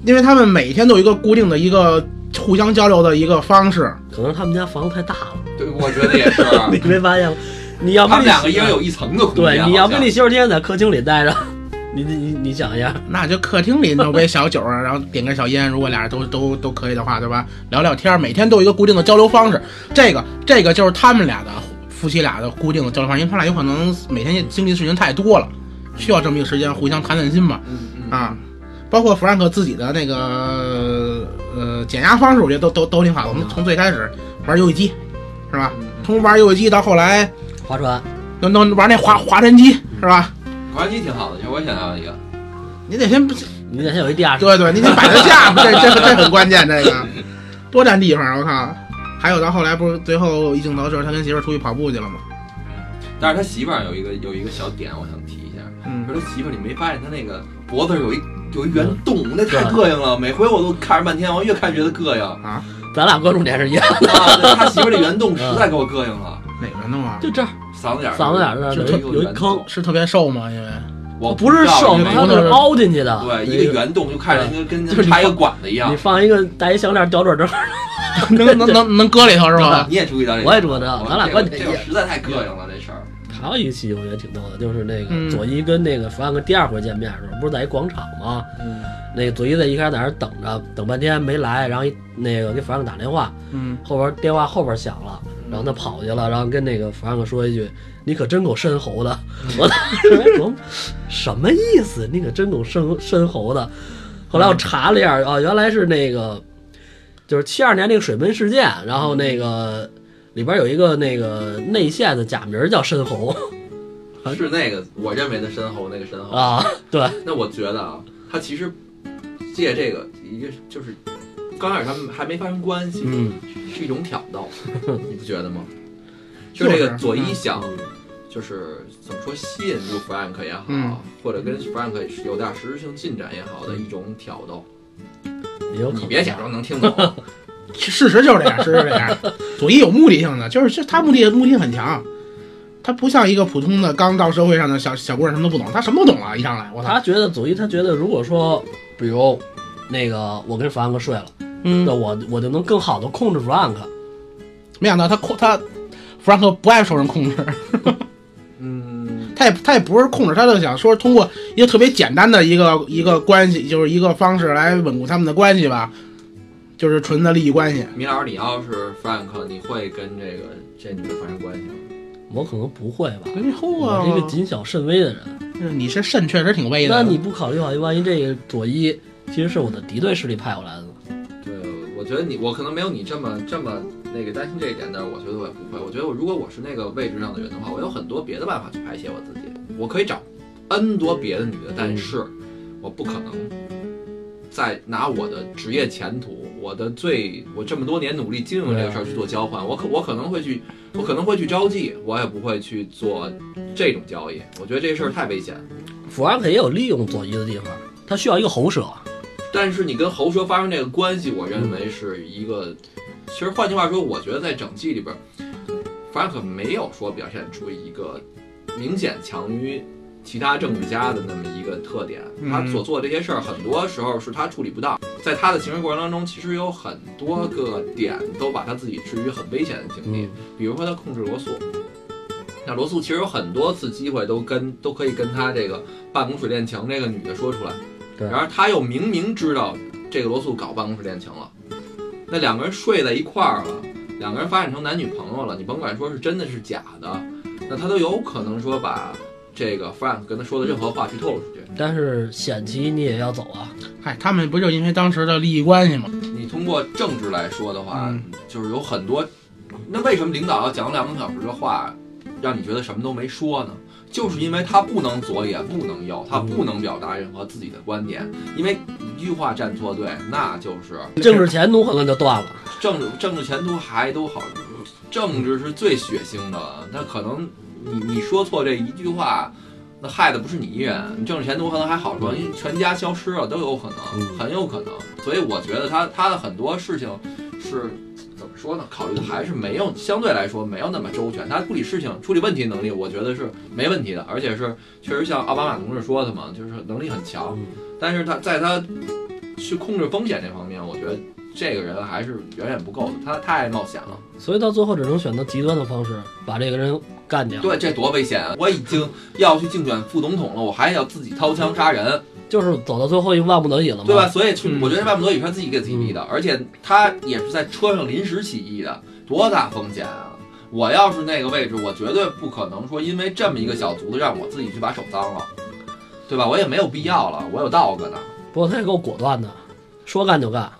S2: 因为他们每天都有一个固定的一个互相交流的一个方式。
S3: 可能他们家房子太大
S1: *laughs*
S3: 了，
S1: 对，我觉得也是。啊
S2: *laughs*
S3: 你没发现吗？你要
S1: 他们
S3: 跟你
S1: 两个一人有一层的空间，啊
S3: 对，你要跟你
S1: 好
S3: 媳妇儿天天在客厅里待着， *laughs* 你你你你想一下，
S2: 那就客厅里弄杯小酒啊，然 *laughs* 后点根小烟，如果俩人都都都可以的话，对吧？聊聊天，每天都有一个固定的交流方式。这个这个就是他们俩的夫妻俩的固定的交流方式，因为他俩有可能每天经历的事情太多了，需要这么一个时间互相谈谈心嘛。
S1: 像嗯嗯，
S2: 啊，包括弗兰克自己的那个呃减压方式，我觉得都都都挺好的。从从最开始玩游戏机，是吧？从玩游戏机到后来
S3: 划船，
S2: 能能玩那划划船机，是吧？
S1: 滑稽挺好的，其实我想要一个。
S2: 你得先
S3: 你得先有一地下室，
S2: 对对，你得摆得下，这这这很关键，这个多占地方，我靠！还有到后来不是最后一镜头就是他跟媳妇儿出去跑步去了吗？
S1: 但是他媳妇儿有一个有一个小点，我想提一下。
S2: 嗯
S1: 可，是他媳妇儿，你没发现他那个脖子上有一有一圆洞，那太膈应
S3: 嗯
S1: 了。每回我都看着半天，我越看越觉得
S3: *laughs*
S1: 膈应。
S3: 咱俩关注点是一样，
S1: 啊，对他媳妇儿这圆洞实在给我膈应了，
S2: 哪个弄啊？
S3: 就这儿
S1: 嗓子眼儿
S3: 嗓子眼儿
S1: 就
S3: 这儿
S1: 是
S3: 有一有一
S1: 圆
S3: 坑
S1: 洞，
S2: 是特别瘦吗？ *laughs* 因为
S1: 我
S3: 不是
S1: 知道
S3: 瘦，
S1: 因为
S3: 它是凹进去的，
S1: 对一个圆洞就看着跟跟
S3: 就是
S1: 跟
S3: 你
S1: 插一个管子一样
S3: 你。放一个带一项链吊坠儿，正 *laughs* 好
S2: 能能能能搁里头是吧？
S1: 你也注意到这个，
S3: *laughs* 啊我也注意到
S1: 我
S3: 啊咱俩
S1: 这个
S3: 观点
S1: 这
S3: 一
S1: 个
S3: 样
S1: 实在太膈应了这事儿。
S3: 还有一期我觉得挺逗的，就是那
S2: 嗯
S3: 个佐伊跟那个弗兰克第二回见面的时候，不是在一广场吗？
S1: 嗯，
S3: 那个佐伊在一开始在那儿等着，等半天没来，然后一那个给弗兰克打电话，
S2: 嗯，
S3: 后边电话后边响了，
S1: 嗯
S3: 然后他跑去了，然后跟那个弗兰克说一句：“你可真够深喉的。”
S1: 嗯 *laughs*
S3: *laughs* 哎我当时琢磨什么意思？你可真够深深喉的。后来
S1: 嗯
S3: 我查了一下啊，原来是那个就是七二年那个水门事件，然后
S1: 嗯
S3: 那个里边有一个那个内线的假名叫深喉
S1: 是那个我认为的深喉，那个深喉。
S3: 啊，对，
S1: 那我觉得啊，他其实借这个一个就是刚开始他们还没发生关系，
S3: 嗯，
S1: 是一种挑
S3: *laughs*
S1: 逗，你不觉得吗？
S2: 就是
S1: 这个佐伊想
S3: 嗯，
S1: 就是怎么说吸引住 Frank 也好，
S2: 嗯
S1: 或者跟 Frank 有点实质性进展也好的一种挑逗。
S3: 也有可能啊
S1: 你别假装能听
S3: *laughs*
S1: 懂，
S2: 事实就是这样，事实就是这 *laughs* 样。左一有目的性的，就是这他目的目的性很强，他不像一个普通的刚到社会上的小小姑娘，什么都不懂，他什么都懂了，一上来我操，
S3: 他觉得佐伊，他觉得如果说，比如那个我跟弗兰克睡了，
S2: 嗯
S3: 那，我我就能更好的控制 Frank。
S2: 没想到他控他弗兰克不爱受人控制，
S1: 嗯，
S2: 他也他也不是控制，他就想说通过一个特别简单的一个一个关系，就是一个方式来稳固他们的关系吧，就是纯的利益关系。
S1: 米老师，你要是 Frank，你会跟这个这女的发生关系吗？
S3: 我可能不会吧，
S2: 没后
S3: 我
S2: 啊
S3: 是一个谨小慎微的人。
S2: 你这肾确实挺微的。
S3: 那你不考虑考啊虑，万一这个佐伊其实是我的敌对势力派过来的呢？
S1: 对，我觉得你我可能没有你这么这么那个担心这一点，但是我觉得我也不会。我觉得我如果我是那个位置上的人的话，我有很多别的办法去排解我自己。我可以找 N 多别的女的，但是我不可能再拿我的职业前途、我的最我这么多年努力经营这个事儿去做交换。我可我可能会去，我可能会去招妓，我也不会去做这种交易。我觉得这事儿太危险。
S3: 弗兰克也有利用佐伊的地方，他需要一个喉舌。
S1: 但是你跟喉舌发生这个关系，我认为是一个，其实换句话说，我觉得在整季里边，弗兰克没有说表现出一个明显强于其他政治家的那么一个特点。
S2: 嗯
S1: 他所做的这些事儿，很多时候是他处理不当，在他的行为过程当中，其实有很多个点都把他自己置于很危险的境地。
S3: 嗯，
S1: 比如说他控制罗素，那罗素其实有很多次机会都跟都可以跟他这个办公室恋情这个女的说出来，
S3: 对
S1: 然而他又明明知道这个罗素搞办公室恋情了，那两个人睡在一块儿了，两个人发展成男女朋友了，你甭管说是真的是假的，那他都有可能说把这个 Frank 跟他说的任何话去透露出去。
S3: 但是险棋你也要走啊。
S2: 嗨，哎他们不就因为当时的利益关系吗？
S1: 你通过政治来说的话，
S2: 嗯
S1: 就是有很多。那为什么领导要讲两个小时的话，让你觉得什么都没说呢？就是因为他不能左也不能右，他不能表达任何自己的观点，因为一句话站错队，那就是
S3: 政治前途可能就断了。
S1: 政治政治前途还都好，政治是最血腥的。那可能你你说错这一句话，那害的不是你一人，你政治前途可能还好说，因为全家消失了都有可能，
S3: 嗯
S1: 很有可能。所以我觉得他他的很多事情是怎么说呢？考虑的还是没有相对来说没有那么周全。他处理事情、处理问题能力，我觉得是没问题的，而且是确实像奥巴马同志说的嘛，就是能力很强。
S3: 嗯
S1: 但是他在他去控制风险这方面，我觉得这个人还是远远不够的，他太冒险了。
S3: 所以到最后只能选择极端的方式把这个人干
S2: 嗯
S3: 掉。，
S1: 对，这多危险啊！我已经要去竞选副总统了，我还要自己掏枪杀人，
S3: 就是走到最后一万不得已了嘛。
S1: 对吧？？所以去
S2: 嗯
S1: 我觉得万不得已是他自己给自己立的，而且他也是在车上临时起意的，多大风险啊！我要是那个位置，我绝对不可能说因为这么一个小卒子让我自己去把手脏了，对吧？我也没有必要了，我有道格呢。
S2: 嗯
S3: 不过他也够果断的，说干就干。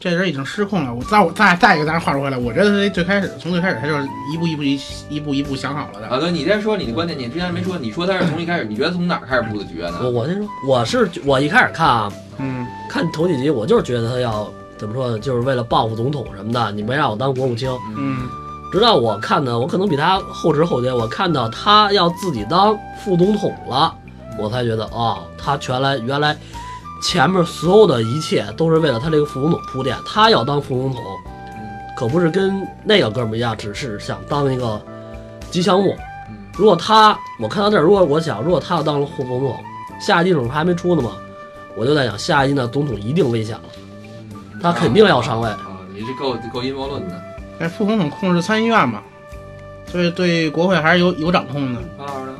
S2: 这人已经失控了。我再我再再一个，咱话说回来，我觉得他最开始从最开始他就是一步一步一一步一步想好了的。
S1: 啊，对，你先说你的观点，你之前没说，你说他是从一开始，你觉得从哪儿开始布的局啊
S3: 我
S1: 呢？
S3: 我先说，我是我一开始看啊，
S2: 嗯，
S3: 看头几集我就是觉得他要怎么说呢，就是为了报复总统什么的，你没让我当国务卿。
S2: 嗯，
S3: 直到我看的，我可能比他后知后觉，我看到他要自己当副总统了，我才觉得哦，他原来原来前面所有的一切都是为了他这个副总统铺垫，他要当副总统，
S1: 嗯
S3: 可不是跟那个哥们儿一样，只是想当一个呃吉祥物。
S1: 嗯
S3: 如果他，我看到这儿，如果我想，如果他要当了副总统，下一季总统还没出呢嘛，我就在想，下一季呢总统一定危险了，他肯定要上位。
S1: 嗯啊，你这够够阴谋论的。
S2: 哎，副总统控制参议院嘛，所以对国会还是有有掌控的。
S1: 潘老师呢？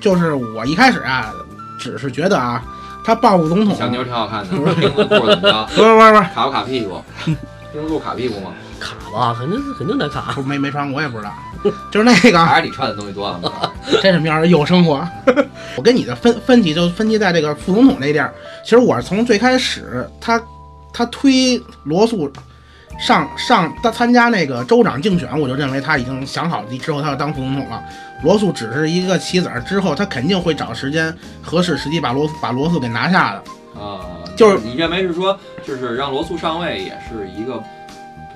S2: 就是我一开始啊，只是觉得啊，他报复总统，
S1: 小妞挺好看的，丁字裤怎么着？
S2: 不是不是不是
S1: 卡不卡屁股？丁字裤卡屁股吗？
S3: 卡吧，肯定肯定得卡。
S2: 不是，没没穿过，我也不知道。就是那
S1: *laughs*
S2: 个，
S1: 还是你穿的东西多啊？
S2: 这什么样的有生活？ *laughs* 我跟你的分分歧就分歧在这个副总统这地儿。其实我是从最开始他他推罗素上上他参加那个州长竞选，我就认为他已经想好之后他要当副总统了。罗素只是一个棋子儿，之后他肯定会找时间合适时机把罗素把罗素给拿下的。
S1: 啊，
S2: 就是
S1: 你认为是说，就是让罗素上位也是一个，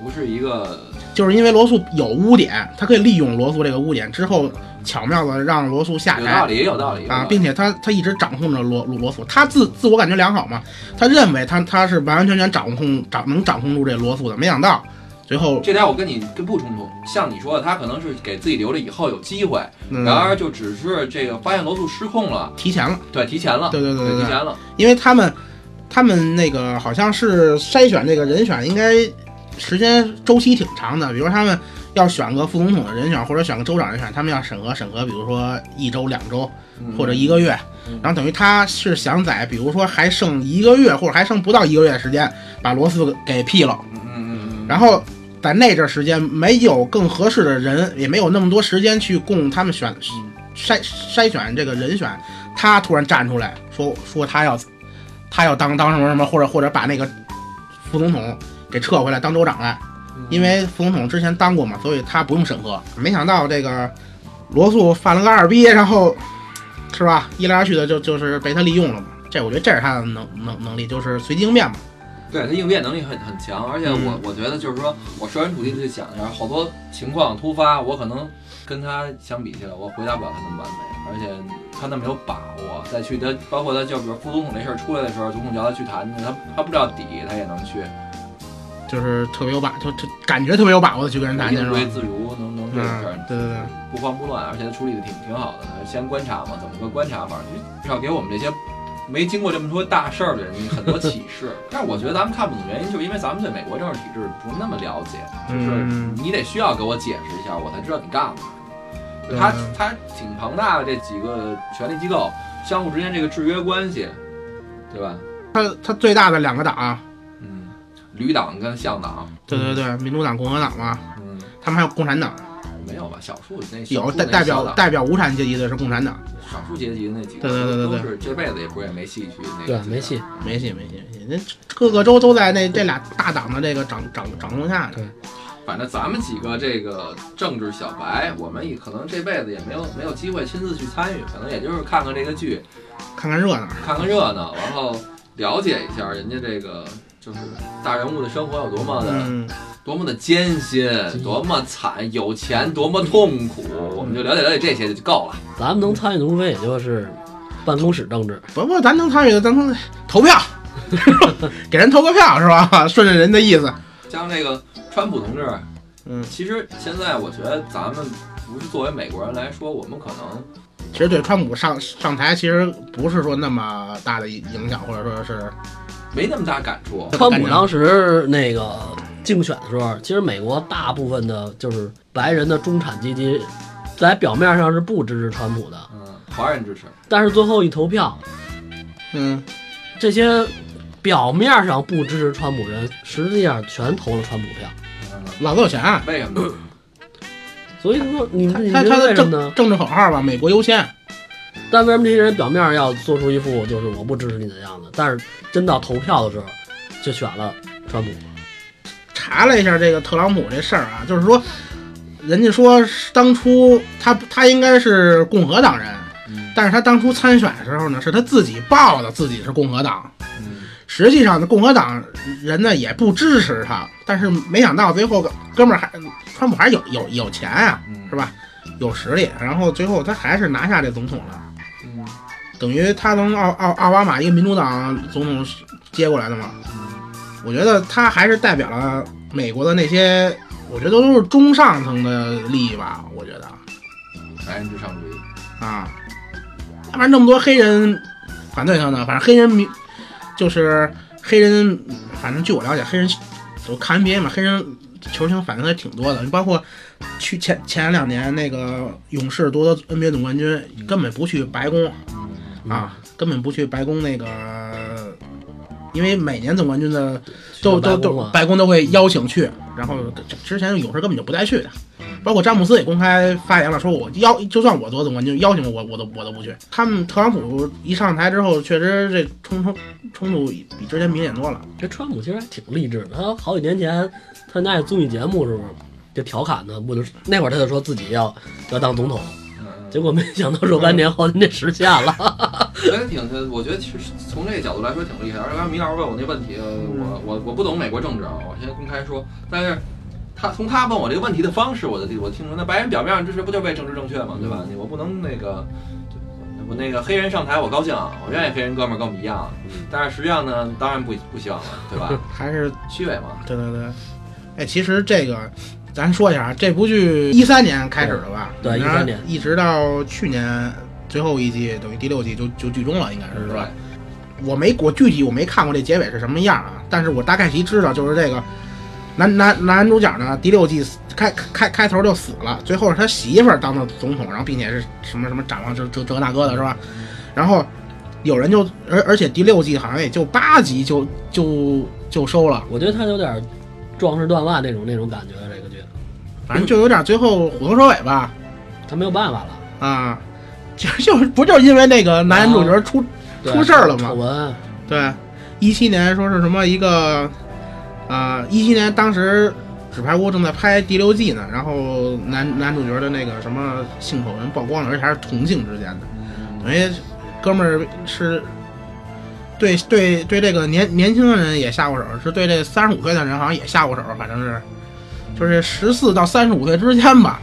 S1: 不是一个
S2: 就是因为罗素有污点，他可以利用罗素这个污点之后巧妙的让罗素下
S1: 有道
S2: 台。
S1: 理，也有道理
S2: 啊，并且他他一直掌控着罗罗罗素，他自自我感觉良好嘛，他认为他他是完完全全掌控掌能掌控住这罗素的，没想到最后
S1: 这点我跟你跟不冲突。像你说的，他可能是给自己留着以后有机会，然
S2: 嗯
S1: 而就只是这个发现罗素失控了，
S2: 提前了，
S1: 对，提前了，
S2: 对对对
S1: 提
S2: 对
S1: 前
S2: 对，
S1: 了。
S2: 因为他们他们那个好像是筛选这个人选，应该时间周期挺长的。比如他们要选个副总统的人选，或者选个州长人选，他们要审核审核，比如说一周、两周
S1: 嗯
S2: 或者一个月。然后等于他是想在，比如说还剩一个月或者还剩不到一个月的时间，把罗斯给辟了。
S1: 嗯嗯嗯
S2: 然后在那阵儿时间没有更合适的人，也没有那么多时间去供他们选筛筛选这个人选，他突然站出来说说他要他要当当什么什么，或者或者把那个副总统给撤回来当州长来，
S1: 嗯，
S2: 因为副总统之前当过嘛，所以他不用审核。没想到这个罗素犯了个二逼，然后是吧，一来二去的就就是被他利用了嘛。这我觉得这是他的能能能力，就是随机应变嘛。
S1: 对他应变能力很很强，而且我、
S2: 嗯
S1: 我觉得就是说我设身处地的去想一下，好多情况突发，我可能跟他相比起来，我回答不了他那么完美，而且他那么有把握，再去他包括他就比如副总统这事儿出来的时候，总统叫他去谈去，他他不知道底，他也能去
S2: 就是特别有把，就就感觉特别有把握的去跟人谈去是
S1: 应
S2: 吧
S1: 对？自如，能能这个事儿。
S2: 嗯，对对对，
S1: 不慌不乱，而且他处理的挺挺好的。先观察嘛，怎么个观察法？就至少给我们这些没经过这么多大事儿的人很多启示。
S2: *laughs*
S1: 但是我觉得咱们看不懂原因，就是因为咱们对美国政治体制不那么了解，就是
S2: 嗯
S1: 你得需要给我解释一下，我才知道你干嘛。就
S2: 对
S1: 他他挺庞大的这几个权力机构相互之间这个制约关系，对吧？
S2: 他他最大的两个党，
S1: 嗯，旅党跟向党，
S2: 对对对，民主党、共和党嘛，
S1: 嗯，
S2: 他们还有共产党，
S1: 没有吧？少数那
S2: 有
S1: 少数
S2: 代
S1: 那
S2: 代
S1: 小
S2: 表
S1: 党
S2: 代表无产阶级的是共产党，
S1: 少数阶级的那几个
S2: 对对对对对
S1: 都是这辈子也不是也没戏去那
S3: 对
S1: 个，
S3: 没戏。
S2: 没戏没戏没戏，那各个州都在那这俩大党的这个掌掌掌控下呢。
S1: 反正咱们几个这个政治小白，我们也可能这辈子也没有没有机会亲自去参与，可能也就是看看这个剧，
S2: 看看热闹，
S1: 看看热闹，然后了解一下人家这个就是大人物的生活有多么的、
S2: 嗯，
S1: 多么的艰辛，多么惨，有钱多么痛苦，我们就了解了解这些就够了。
S3: 咱们能参与的无非也就是办公室政治，
S2: 不不，咱能参与的，咱能投票， *laughs* 给人投个票是吧？ *laughs* 顺着人的意思，
S1: 像这个川普同志，
S2: 嗯，
S1: 其实现在我觉得咱们不是作为美国人来说，我们可能。
S2: 其实对川普上上台其实不是说那么大的影响，或者说是
S1: 没那么大感触。
S3: 川普当时那个竞选的时候，其实美国大部分的就是白人的中产阶级，在表面上是不支持川普的，
S1: 嗯，华人支持，
S3: 但是最后一投票，
S2: 嗯
S3: 这些表面上不支持川普人，实际上全投了川普票。
S1: 嗯
S2: 老子有钱、啊。
S1: 为什么呢？
S3: 所以说你们你
S2: 他
S3: 们
S2: 他
S3: 为
S2: 的
S3: 什
S2: 政
S3: 么呢？
S2: 政治口号吧，美国优先。
S3: 但为什么这些人表面要做出一副就是我不支持你的样子，但是真到投票的时候，就选了川普。
S2: 查了一下这个特朗普这事儿啊，就是说，人家说是当初他他应该是共和党人，
S1: 嗯
S2: 但是他当初参选的时候呢，是他自己报的自己是共和党。
S1: 嗯，
S2: 实际上呢，共和党人呢也不支持他，但是没想到最后哥们儿还川普还是有有有钱啊，
S1: 嗯
S2: 是吧？有实力，然后最后他还是拿下这总统了。
S1: 嗯
S2: 等于他从奥奥奥巴马一个民主党总统接过来的嘛。我觉得他还是代表了美国的那些，我觉得都是中上层的利益吧。我觉得
S1: 白人至上主义，
S2: 啊，要不然那么多黑人反对他呢？反正黑人民就是黑人，反正据我了解，黑人我看 NBA 嘛，黑人球星反对他挺多的，包括去前前两年那个勇士夺得 NBA 总冠军，根本不去白宫，啊，根本不去白宫那个，因为每年总冠军的都都
S3: 白宫
S2: 都
S3: 啊
S2: 白宫都会邀请去，然后之前勇士根本就不带去的，包括詹姆斯也公开发言了，说我邀就算我夺总冠军，邀请我我都我都不去。他们特朗普一上台之后，确实这冲冲冲突比之前明显多了。
S3: 这川普其实还挺励志的，他好几年前参加一综艺节目时候就调侃他，不就是那会儿他就说自己要要当总统，
S1: 嗯，
S3: 结果没想到若干年后您这实现了。
S1: 觉得挺，嗯我觉得其实从这个角度来说挺厉害。而且刚才米老师问我那问题，呃
S2: 嗯
S1: 我我我不懂美国政治啊，我先公开说，但是。他从他问我这个问题的方式，我就我听出来，那白人表面上支持不就是为政治正确吗？对
S2: 嗯
S1: 吧？你我不能那个，我那个黑人上台我高兴，我愿意黑人哥们儿跟我们一样，
S2: 嗯
S1: 但是实际上呢，当然不不希望了，对
S2: *laughs*
S1: 吧？
S2: 还是
S1: 虚伪嘛，
S2: 对对对，哎，其实这个咱说一下啊，这部剧一三年开始的吧？
S3: 对
S2: 然后
S3: 13年
S2: 一直到去年最后一季，等于第六季就就剧终了，应该是是吧？我没我具体我没看过这结尾是什么样啊，但是我大概其知道就是这个男男男主角呢，第六季死开开开头就死了，最后是他媳妇儿当的总统，然后并且是什么什么展望这这这个那个的是吧？然后有人就而而且第六季好像也就八集就就就收了，
S3: *laughs* 我觉得他有点壮士断腕那种那种感觉，这个剧
S2: 反正就有点最后虎头蛇尾吧
S3: 他没有办法了。
S2: 啊，就就是不就是因为那个男主角出
S3: 对
S2: 出事儿了吗
S3: 丑闻，
S2: 对，啊一七年说是什么一个，啊，一七年当时《纸牌屋》正在拍第六季呢，然后男男主角的那个什么性丑闻曝光了，而且还是同性之间的，
S1: 嗯
S2: 等于哥们儿是对对对这个年年轻人也下过手，是对这三十五岁的人好像也下过手，反正是就是十四到三十五岁之间吧。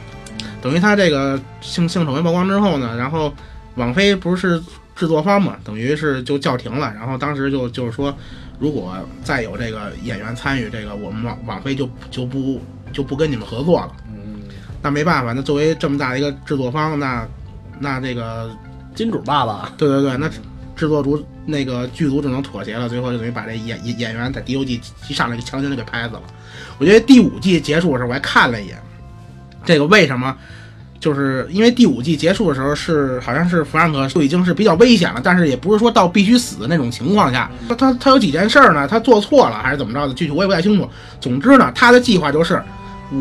S2: 等于他这个性性丑闻曝光之后呢，然后网飞不是制作方嘛，等于是就叫停了。然后当时就就是说，如果再有这个演员参与这个，我们网网飞就就不就不跟你们合作了。
S1: 嗯，
S2: 那没办法，那作为这么大的一个制作方，那那这个
S3: 金主爸爸
S2: 对对对，那制制作组那个剧组只能妥协了，最后就等于把这演演演员在第六季一上来就强行就给拍死了。我觉得第五季结束的时候我还看了一眼，这个为什么？就是因为第五季结束的时候是好像是弗兰克就已经是比较危险了，但是也不是说到必须死的那种情况下。他他他有几件事儿呢？他做错了还是怎么着的？具体我也不太清楚。总之呢，他的计划就是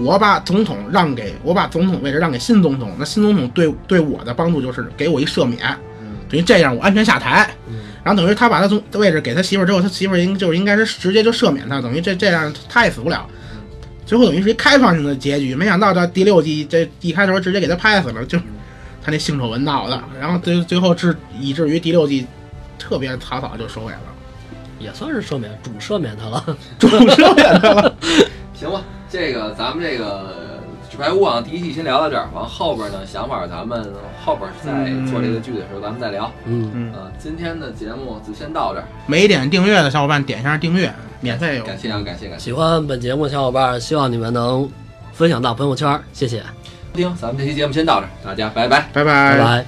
S2: 我把总统让给我把总统位置让给新总统，那新总统对对我的帮助就是给我一赦免，
S3: 嗯
S2: 等于这样我安全下台。然后等于他把他从位置给他媳妇儿之后，他媳妇儿应就应该是直接就赦免他，等于这这样他也死不了。最后等于是一开放性的结局，没想到到第六季这一开头直接给他拍死了，就他那性丑闻闹的，然后最最后至以至于第六季特别草草就收尾了，
S3: 也算是赦免主赦免他了。
S2: 终于收尾了。
S1: 行吧，这个咱们这个纸牌屋啊，第一季先聊到这儿，完后边呢想法咱们后边再做这个剧的时候咱们再聊。
S3: 嗯，
S2: 嗯，
S1: 呃，今天的节目就先到这儿，
S2: 没点订阅的小伙伴点一下订阅，免费有。
S1: 感谢啊，感谢感谢。
S3: 喜欢本节目的小伙伴，希望你们能分享到朋友圈，谢谢，
S1: 收听，咱们这期节目先到这儿，大家拜拜。
S2: 拜
S3: 拜
S2: 拜
S3: 拜。